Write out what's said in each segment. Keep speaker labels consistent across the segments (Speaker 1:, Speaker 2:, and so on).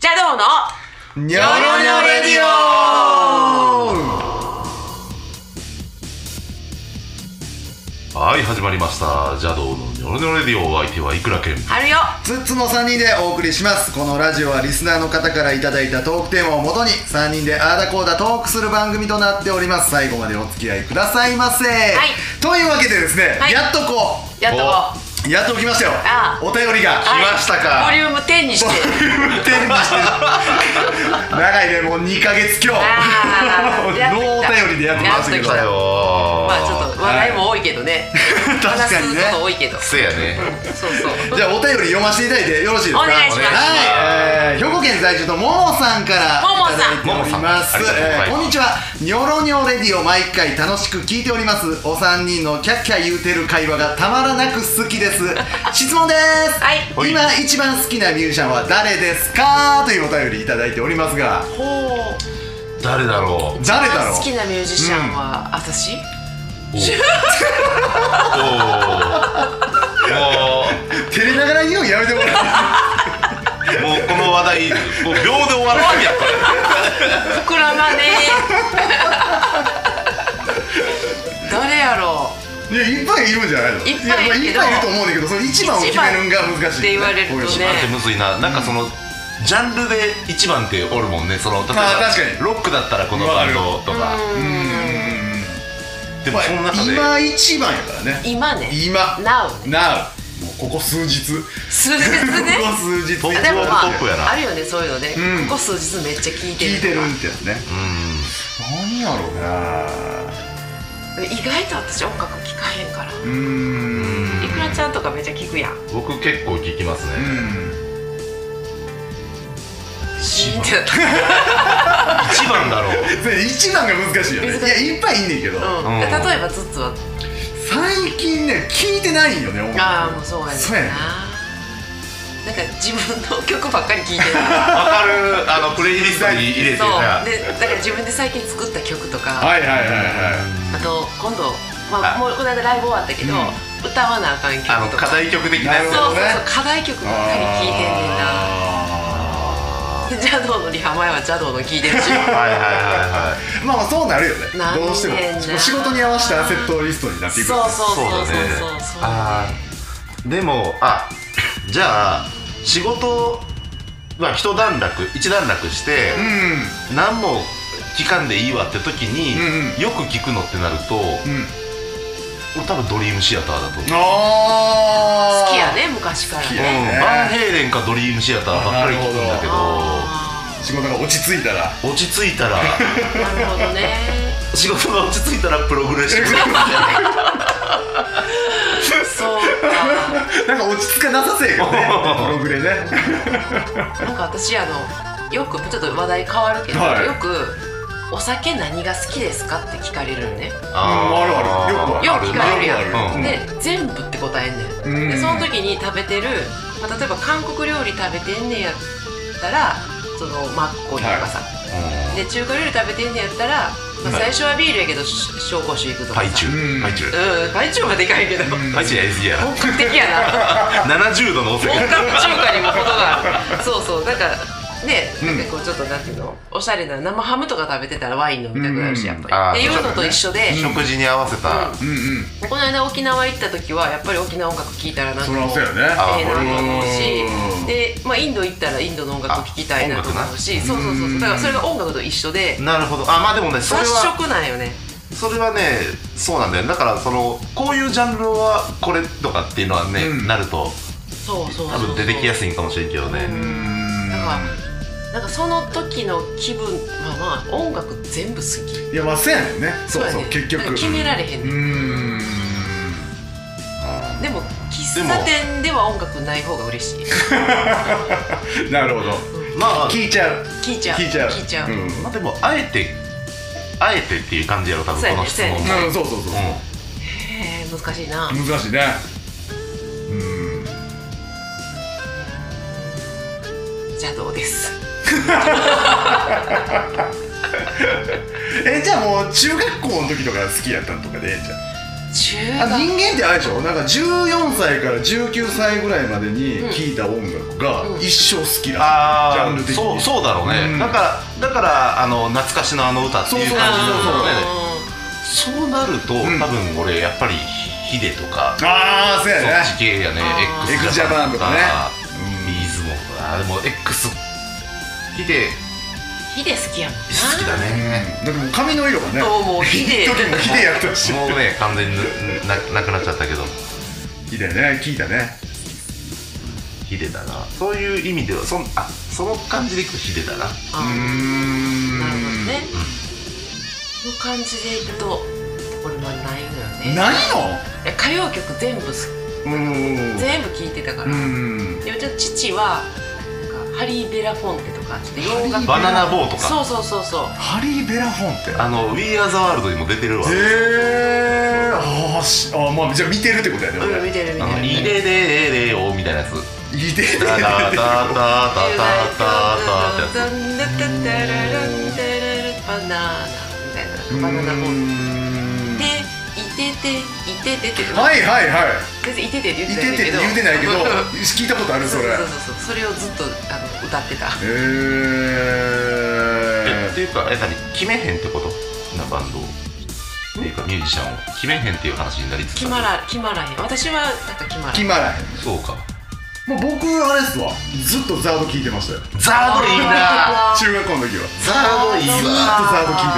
Speaker 1: 茶道の
Speaker 2: ニョロニョレディオ
Speaker 3: はい始まりました邪道のニョロニョロレディオお相手はいくらけん
Speaker 1: 春よ
Speaker 2: ツッツの3人でお送りしますこのラジオはリスナーの方からいただいたトークテーマをもとに3人であーだこーだトークする番組となっております最後までお付き合いくださいませ、というわけでですね、
Speaker 1: はい
Speaker 2: やっとこ
Speaker 1: やっと
Speaker 3: お
Speaker 2: うやっと来ましたよ
Speaker 1: ああ
Speaker 2: お便りが
Speaker 1: はい
Speaker 3: 来ましたか
Speaker 1: ボ リューム10にして
Speaker 2: 手にして長いねもう2ヶ月強
Speaker 1: あ ーやっと
Speaker 2: ノー
Speaker 1: 来た
Speaker 2: お便りでやってきましたけ
Speaker 1: やっと
Speaker 2: ど
Speaker 1: 来たよ
Speaker 3: よ
Speaker 1: まあちょっと話題も多いけどね、
Speaker 2: 確かにね
Speaker 1: 話すこと多いけど
Speaker 3: せやね
Speaker 1: そうそう
Speaker 2: じゃあお便り読ませていただいてよろしいですか
Speaker 1: お願いします
Speaker 2: はい、えー、兵庫県在住のももさんから
Speaker 1: ももさん
Speaker 2: いただいております
Speaker 3: ももさんありがとうございます
Speaker 2: えーこんにちはニョロニョレディを毎回楽しく聞いておりますお三人のキャッキャ言うてる会話がたまらなく好きです 質問です、
Speaker 1: はい
Speaker 3: はい
Speaker 2: 今一番好きなミュージシャンは誰ですかというお便りいただいておりますが
Speaker 1: ほう
Speaker 3: 誰だろ
Speaker 2: 誰だろう
Speaker 1: 好きなミュージシャンは、私
Speaker 3: うおー
Speaker 2: 照れながら言うのやめてもらって
Speaker 3: おーもうもうこの話題もう秒で終わるやっぱ
Speaker 1: 膨らまねえ誰やろう
Speaker 2: いや、いっぱいいるんじゃないの
Speaker 1: いっぱいいるけど
Speaker 2: やまあいっぱいいると思うんだけど、その一番を決めるのが難しい、
Speaker 1: 一番って言われると
Speaker 3: り
Speaker 1: ね
Speaker 3: あれってむずいななんかその、ジャンルで一番っておるもんねその例えば
Speaker 2: あー確かに
Speaker 3: ロックだったらこのバンドとかでもその中で
Speaker 2: 今一番やからね。
Speaker 1: 今ね
Speaker 2: 今。
Speaker 1: Now ね
Speaker 2: Now もうここ数日。
Speaker 1: 数 日ね
Speaker 2: ここ数日。
Speaker 3: トップ
Speaker 1: でもま
Speaker 3: トップやな
Speaker 1: ああるよねそういうのね、
Speaker 2: うん
Speaker 1: ここ数日めっちゃ聞いてる
Speaker 2: 聞いてるってやつね。
Speaker 3: うん
Speaker 2: 何やろうな。
Speaker 1: 意外と私音楽聞かへんから、
Speaker 2: うーん。
Speaker 1: いくらちゃんとかめっちゃ聞くやん
Speaker 3: 僕結構聞きます
Speaker 2: う
Speaker 3: ね、
Speaker 2: ん。
Speaker 1: シーンって
Speaker 3: 一番だろう
Speaker 2: それ一番が難しいよね。い
Speaker 1: 難
Speaker 2: や、いっぱいいんねん けど、
Speaker 1: うん、
Speaker 3: うん
Speaker 1: 例えばツッツは
Speaker 2: 最近ね、聞いてないんよね、音楽
Speaker 1: ああもうそうやねんな
Speaker 2: そうやねん
Speaker 1: なんか自分の曲ばっかり聴 いてるそ
Speaker 3: わかるあのプレイリストに入れて
Speaker 1: う
Speaker 3: な
Speaker 1: でだから自分で最近作った曲とか、
Speaker 2: はいはいはいはい。
Speaker 1: あと今度、まあ、
Speaker 3: あ
Speaker 1: もうこの間ライブ終わったけど、
Speaker 2: う
Speaker 1: 歌わなあかん曲とか
Speaker 3: あの課題曲的な
Speaker 2: な
Speaker 3: や
Speaker 2: る
Speaker 3: つ
Speaker 2: ほ
Speaker 1: そ
Speaker 2: ど
Speaker 1: うそう
Speaker 2: ね
Speaker 1: そう課題曲ばっかり聴いてんねんな
Speaker 2: あ
Speaker 1: で邪道のリハ前は邪道の聴いてるし
Speaker 3: はいはいはいはい
Speaker 2: ーまあまあそうなるよね
Speaker 1: なんねんな
Speaker 2: どうしても仕事に合わせたアセットリストになっていく
Speaker 1: そうそうそうそう
Speaker 3: だね
Speaker 1: そうそう
Speaker 3: あーでもあじゃあ仕事は一段落一段落して、
Speaker 2: うん
Speaker 3: 何も聞かんでいいわって時に、
Speaker 2: うんう
Speaker 3: よく聞くのってなると、
Speaker 2: うん
Speaker 3: 俺多分ドリームシアターだと思う、
Speaker 2: あ ー
Speaker 1: 好きやね昔から
Speaker 2: 好き
Speaker 1: ね
Speaker 2: やね
Speaker 3: うんバンヘイレンかドリームシアターばっかり聞くんだけど
Speaker 1: あ
Speaker 2: 仕事が落ち着いたら
Speaker 3: 落ち着いたら
Speaker 1: ーなるほどね
Speaker 3: 仕事が落ち着いたらプログレッシブ
Speaker 1: そうか
Speaker 2: なんか落ち着かなさせえよ ねブログでね
Speaker 1: なんか私あのよくちょっと話題変わるけど、
Speaker 2: はい
Speaker 1: よくお酒何が好きですかって聞かれるのね、
Speaker 2: あるあるよくある
Speaker 1: よく聞かれるやん
Speaker 2: よくある
Speaker 3: うん
Speaker 1: で全部って答えんねん、
Speaker 2: うん
Speaker 1: でその時に食べてる、まあ、例えば韓国料理食べてんねんやったらそのマッコリとかさ、で中華料理食べてんねんやったら、まあ、
Speaker 3: はい
Speaker 1: 最初はビールやけどし紹興酒いくとか
Speaker 3: ハイ
Speaker 1: さ
Speaker 3: チュ
Speaker 2: うん
Speaker 3: ウハイチュウ
Speaker 1: うんパイチューまでいかへんけど、
Speaker 2: うん
Speaker 3: ハイチュウやりすぎや
Speaker 1: 本格的やな
Speaker 3: 70度のお世
Speaker 1: 本
Speaker 3: 界
Speaker 1: 格中華にも程があるそうそうなんかねなんかこうちょっとなんていうのおしゃれな生ハムとか食べてたらワイン飲みたくなるし、
Speaker 2: うん
Speaker 1: やっぱりっ
Speaker 3: あー
Speaker 1: ていうのと一緒で、
Speaker 3: 食事に合わせた、
Speaker 2: うんうん
Speaker 1: この間沖縄行った時はやっぱり沖縄音楽聴いたらなんか
Speaker 2: そ
Speaker 1: も
Speaker 2: り
Speaker 1: う
Speaker 2: ゃそうやね
Speaker 3: あ
Speaker 1: ええなと思う
Speaker 2: うん
Speaker 1: しで、まあ、インド行ったらインドの音楽聴きたいなと思うし
Speaker 2: あ
Speaker 1: そう
Speaker 2: 音楽
Speaker 1: そうそ
Speaker 2: な
Speaker 1: うそうだからそれが音楽と一緒で
Speaker 3: なるほどあまあでもねそれ
Speaker 1: 雑
Speaker 3: は
Speaker 1: 食なんよね
Speaker 3: それはねそうなんだよだからそのこういうジャンルはこれとかっていうのはね、
Speaker 2: うん
Speaker 3: なると
Speaker 1: そうそうそう
Speaker 3: 多分出てきやすいんかもしれんけどね、
Speaker 1: うん
Speaker 2: うん
Speaker 1: だからなんかその時の気分はまあ音楽全部好き
Speaker 2: いやまあそうやねんねそう
Speaker 1: や
Speaker 2: そう
Speaker 1: ね
Speaker 2: 結
Speaker 1: なん
Speaker 2: 局
Speaker 1: か決められへんね
Speaker 2: うーん
Speaker 1: でも喫茶店では音楽ない方が嬉しい。
Speaker 2: なるほど
Speaker 3: まあ
Speaker 2: 聞いちゃう
Speaker 1: 聞いちゃう。
Speaker 2: 聞いちゃう
Speaker 1: 聞いちゃう。
Speaker 2: うん
Speaker 3: まあでもあえてあえてっていう感じやろ多分
Speaker 1: そうや
Speaker 3: こ
Speaker 1: ね
Speaker 3: の質問も、
Speaker 2: うんそうそうそう
Speaker 1: へえ難しいな。
Speaker 2: 難しいねうん
Speaker 1: 邪道です。
Speaker 2: えじゃあもう中学校の時とか好きやったんとかでええんちゃう
Speaker 1: 中
Speaker 2: あ
Speaker 1: 学
Speaker 2: 人間ってあれでしょなんか14歳から19歳ぐらいまでに聴いた音楽が
Speaker 1: うん
Speaker 2: 一生好きな、
Speaker 3: あ
Speaker 2: ジ
Speaker 3: あ
Speaker 2: ャンル的に
Speaker 3: そうそうだろうね、
Speaker 2: うん
Speaker 3: だからだからあの懐かしのあの歌っていう
Speaker 2: そう
Speaker 3: 感じ
Speaker 2: そう
Speaker 3: なんだろうね
Speaker 1: あ
Speaker 3: そうなると、
Speaker 2: ん
Speaker 3: 多分俺やっぱりヒデとか
Speaker 2: ああそうやね
Speaker 3: そっち系やね
Speaker 1: あー
Speaker 3: x ジャパンとか
Speaker 2: X ジャパ
Speaker 3: ビーズもあでも X ヒデ
Speaker 1: ーヒデ好きやもんな
Speaker 3: 好きだね
Speaker 2: うん、でも髪の色がね
Speaker 1: そうもうヒデ
Speaker 2: 一人もヒデやったし
Speaker 3: もうね完全にななくなっちゃったけど
Speaker 2: ヒデね聞いたね
Speaker 3: ヒデだなそういう意味ではそんあその感じでいくとヒデだな
Speaker 1: あ
Speaker 2: う
Speaker 1: ー
Speaker 2: ーん
Speaker 1: なるほどねこの感じでいくと俺もないのよね
Speaker 2: ない
Speaker 1: いや歌謡曲全部好き
Speaker 2: のうん
Speaker 1: 全部聴いてたから、
Speaker 2: うん
Speaker 1: でうちの父はなんかハリー・ベラフォンテとかちょっと洋楽
Speaker 3: バナナボーとか
Speaker 1: そうそうそうそう
Speaker 2: ハリー・ベラフォンって
Speaker 3: あの We Are the World にも出てるわ
Speaker 2: へえあーしあーまあじゃあ見てるってことやね
Speaker 1: うん
Speaker 2: 俺
Speaker 1: 見てる見
Speaker 3: あの
Speaker 1: て
Speaker 3: イ
Speaker 1: る
Speaker 3: レレレレオみたいなやつ
Speaker 2: 見てる
Speaker 3: タタタタタタタってやつ
Speaker 1: バナナみたいなバナナボールで「いてていてて」って言って
Speaker 2: はいはいは
Speaker 1: 全然「いてて」って
Speaker 2: いい
Speaker 1: 言っててないん
Speaker 2: て
Speaker 1: だ
Speaker 2: っ
Speaker 1: けど
Speaker 2: て言うてないけど
Speaker 1: そう
Speaker 2: 聞いたことあるそ
Speaker 1: そう
Speaker 2: れへ
Speaker 1: そうそうそれをずっとあの歌ってた
Speaker 3: え
Speaker 2: え
Speaker 3: っていうかえ何決めへんってことなバンドをっていうかミュージシャンを決めへんっていう話になりつつ
Speaker 1: 決まら決まらへん私はなんか決まらへ
Speaker 2: 決
Speaker 1: ん
Speaker 2: まらへん
Speaker 3: そうか
Speaker 2: もう僕あれっすわずっとザード聞いてましたよ
Speaker 3: ザードいいな
Speaker 2: 中学校の時は
Speaker 3: ザードいい
Speaker 2: ずっと
Speaker 3: わ
Speaker 2: ザード聞い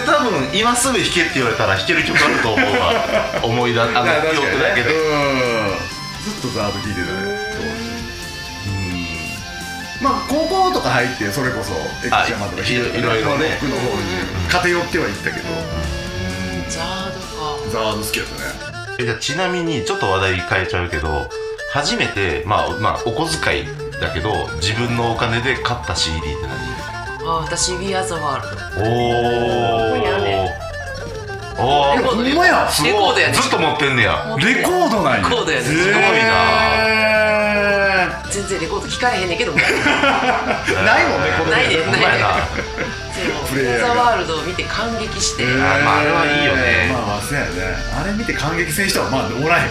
Speaker 2: てた
Speaker 3: 俺多分今すぐ弾けって言われたら弾ける曲あると思う わ思い出あの
Speaker 2: だから
Speaker 3: 記
Speaker 2: 確か
Speaker 3: 憶
Speaker 2: にね
Speaker 3: だけ
Speaker 2: う
Speaker 3: で
Speaker 2: んずっとザード聞いてたねまあ高校とか入ってそれこそエク
Speaker 3: あ
Speaker 2: スジャマとか
Speaker 3: いろいろいろね
Speaker 2: ロックの方に偏ってはいったけど
Speaker 1: ザードか
Speaker 2: ザード好きやったね
Speaker 3: えじゃあちなみにちょっと話題変えちゃうけど初めてまあまあお小遣いだけど自分のお金で買った CD って
Speaker 1: あ私 We Are the World こ
Speaker 3: 何おー
Speaker 1: にあんね
Speaker 3: おー
Speaker 2: レコードほんまや
Speaker 3: すごい
Speaker 1: レコードやね
Speaker 3: ずっと持ってんねや
Speaker 2: レコードなんや
Speaker 1: レコードやね
Speaker 3: すごいな
Speaker 2: へー
Speaker 1: 全然レコード聞かれへんねんけどみたいな
Speaker 2: ないもんねこの
Speaker 1: ないね
Speaker 3: ほんまやな
Speaker 1: そう
Speaker 2: プレイヤーが
Speaker 1: ザワールドを見て感激して、
Speaker 2: へー
Speaker 3: まああれはいいよね
Speaker 2: まあそうやねあれ見て感激せん人はまあおらへん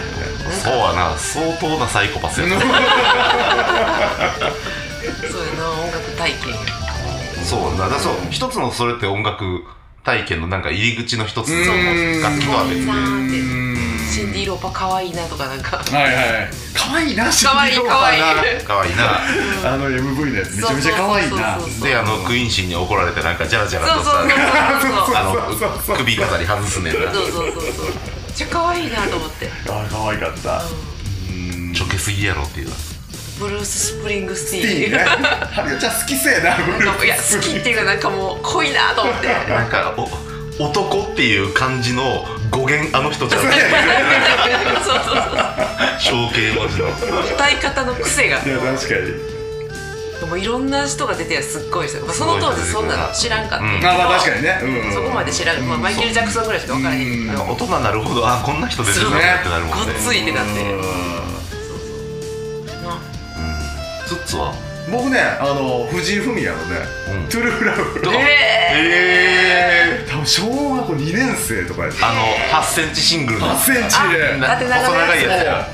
Speaker 2: よね
Speaker 3: そうやな相当なサイコパスやな
Speaker 1: そういうの音楽体験や
Speaker 3: そうだだそう一つのそれって音楽体験のなんか入り口の一つ
Speaker 2: うん
Speaker 3: 楽器とは別
Speaker 1: いいな
Speaker 3: に
Speaker 1: ーってシ
Speaker 2: は
Speaker 1: ンディ・ローパー可愛いなとかなんか
Speaker 2: いはい可愛いなシン
Speaker 1: 可愛い
Speaker 2: ディロー
Speaker 1: 可
Speaker 2: パ
Speaker 1: 愛
Speaker 2: ー
Speaker 1: い
Speaker 2: な
Speaker 3: 可愛いな
Speaker 2: あの MV のやつめちゃめちゃ可愛いな
Speaker 1: そうそうそう
Speaker 3: であのクイーンシーに怒られてなんかジャラジャラと
Speaker 1: そうそうそう
Speaker 3: さ
Speaker 1: そう
Speaker 3: あ
Speaker 2: そうそうそう
Speaker 3: の首飾り外すねんな
Speaker 1: そうそうそうそうめっちゃ可愛いなと思って
Speaker 2: あれ可愛かった
Speaker 3: ちょけすぎやろっていう
Speaker 1: ブルース・スプリングステ
Speaker 2: ティ
Speaker 1: ィ
Speaker 2: ー
Speaker 1: ー
Speaker 2: ン
Speaker 1: ン
Speaker 2: ねはるかちゃん好きそうやなブル
Speaker 1: なん
Speaker 2: ー
Speaker 1: かいや好きっていうかなんかもう濃いなと思 って
Speaker 3: なんかお男っていう感じの語源あの人じゃん
Speaker 1: そうそうそう
Speaker 3: 象形文字の
Speaker 1: 歌い方の癖が
Speaker 2: いや確かに
Speaker 1: もういろんな人が出てすっごいですよ、まあ、その当時そんなの知らんかったけど、
Speaker 3: うん
Speaker 2: まあまあ確かにねうん
Speaker 1: そこまで知らん、まあ、マイケル・ジャクソンぐらいしか分からへんけ
Speaker 3: なん
Speaker 1: ど
Speaker 3: か大人になるほどあこんな人出てるなってなるもん
Speaker 1: ご
Speaker 3: ね
Speaker 1: っついってなって
Speaker 2: うん
Speaker 3: うんツッツは
Speaker 2: 僕ねあの藤井フミヤのね
Speaker 3: うん
Speaker 2: トゥルーラブ
Speaker 1: え
Speaker 3: え
Speaker 2: 多分小学校2年生とかやった
Speaker 3: あの8センチシングルの
Speaker 2: 8センチで
Speaker 1: あ縦長のやつ
Speaker 3: 細長いやつや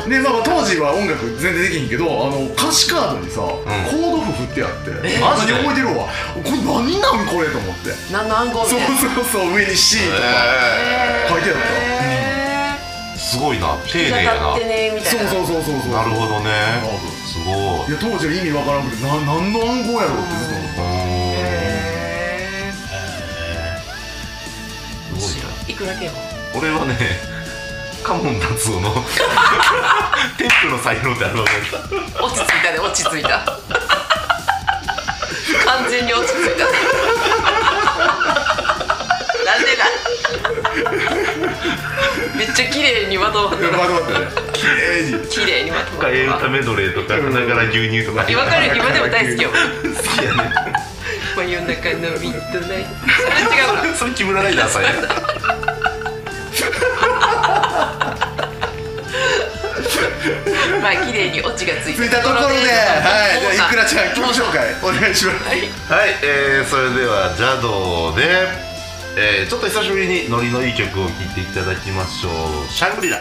Speaker 1: ー
Speaker 2: で、まあ、当時は音楽全然できひんけどあの歌詞カードにさ、コード譜振ってあって、
Speaker 1: え
Speaker 2: マ
Speaker 3: マ
Speaker 2: ジ
Speaker 3: ジ
Speaker 2: で
Speaker 3: で
Speaker 2: 覚えてるわこれ何なんこれと思って
Speaker 1: 何の暗号みた
Speaker 2: そう
Speaker 1: いな
Speaker 2: そうそう上に C とか、
Speaker 1: えー
Speaker 2: 書いてあっ
Speaker 1: え
Speaker 3: すごいな丁
Speaker 1: ー
Speaker 3: 寧やな
Speaker 1: 引き語ってねみたい
Speaker 2: そう
Speaker 1: な
Speaker 2: そうそうそうそう
Speaker 3: なるほどね
Speaker 2: そうそう
Speaker 3: すご
Speaker 2: い
Speaker 3: い
Speaker 2: や当時は意味わからんくてな何の暗号やろってずっと思っ
Speaker 1: へ
Speaker 3: うんすごい
Speaker 1: ーいくらけも
Speaker 3: な俺はねカモン達 夫のテップの才能ってあるわけだ
Speaker 1: 落ち着いたね落ち着い た完全に落ち着いたなんでだめっちゃ綺麗にまとまったた
Speaker 2: まとまってね綺麗に
Speaker 1: 綺麗にまとまった
Speaker 3: かええ歌メドレーとか
Speaker 2: うん
Speaker 3: 花柄牛乳とか
Speaker 1: えわかる今でも大好きよ
Speaker 3: 好きやね
Speaker 1: 真夜中のミッドナイトそれ違うわ
Speaker 3: それ木村ライダーさんや
Speaker 1: まあ綺麗にオチがつい
Speaker 2: ついたところで、はい、じゃあいくらちゃん曲紹介お願いします
Speaker 3: はい、えー、それでは邪道でえーちょっと久しぶりにノリのいい曲を聴いていただきましょうシャングリラ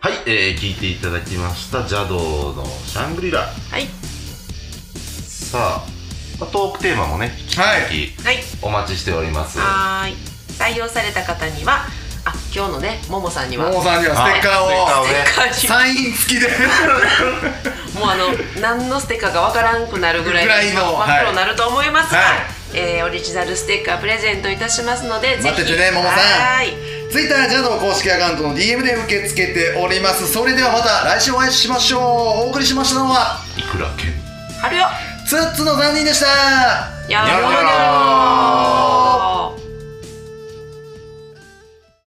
Speaker 3: はい、えー、聴いていただきました邪道のシャングリラ
Speaker 1: はい
Speaker 3: さあ、まあトークテーマもね引き続
Speaker 2: はい
Speaker 3: き
Speaker 1: はい
Speaker 3: お待ちしております、
Speaker 1: はーい採用された方にはあ今日のねももさんには
Speaker 2: ももさんにはステッカーを
Speaker 3: はいステッカー
Speaker 2: サ
Speaker 3: をね
Speaker 2: イン付きで
Speaker 1: もうあの何のステッカーかわからんくなるぐらい
Speaker 2: ぐらいの
Speaker 1: 真っ黒になると思いますが、
Speaker 2: はい
Speaker 1: えーオリジナルステッカープレゼントいたしますので
Speaker 2: 待っててね
Speaker 1: ぜひ
Speaker 2: ももさん
Speaker 1: はーい
Speaker 2: Twitter ジャド公式アカウントの DM で受け付けておりますそれではまた来週お会いしましょうお送りしましたのはい
Speaker 3: くらけん
Speaker 1: 春よ
Speaker 2: ツッツの3人でした
Speaker 1: や
Speaker 3: ろう
Speaker 1: ろうよ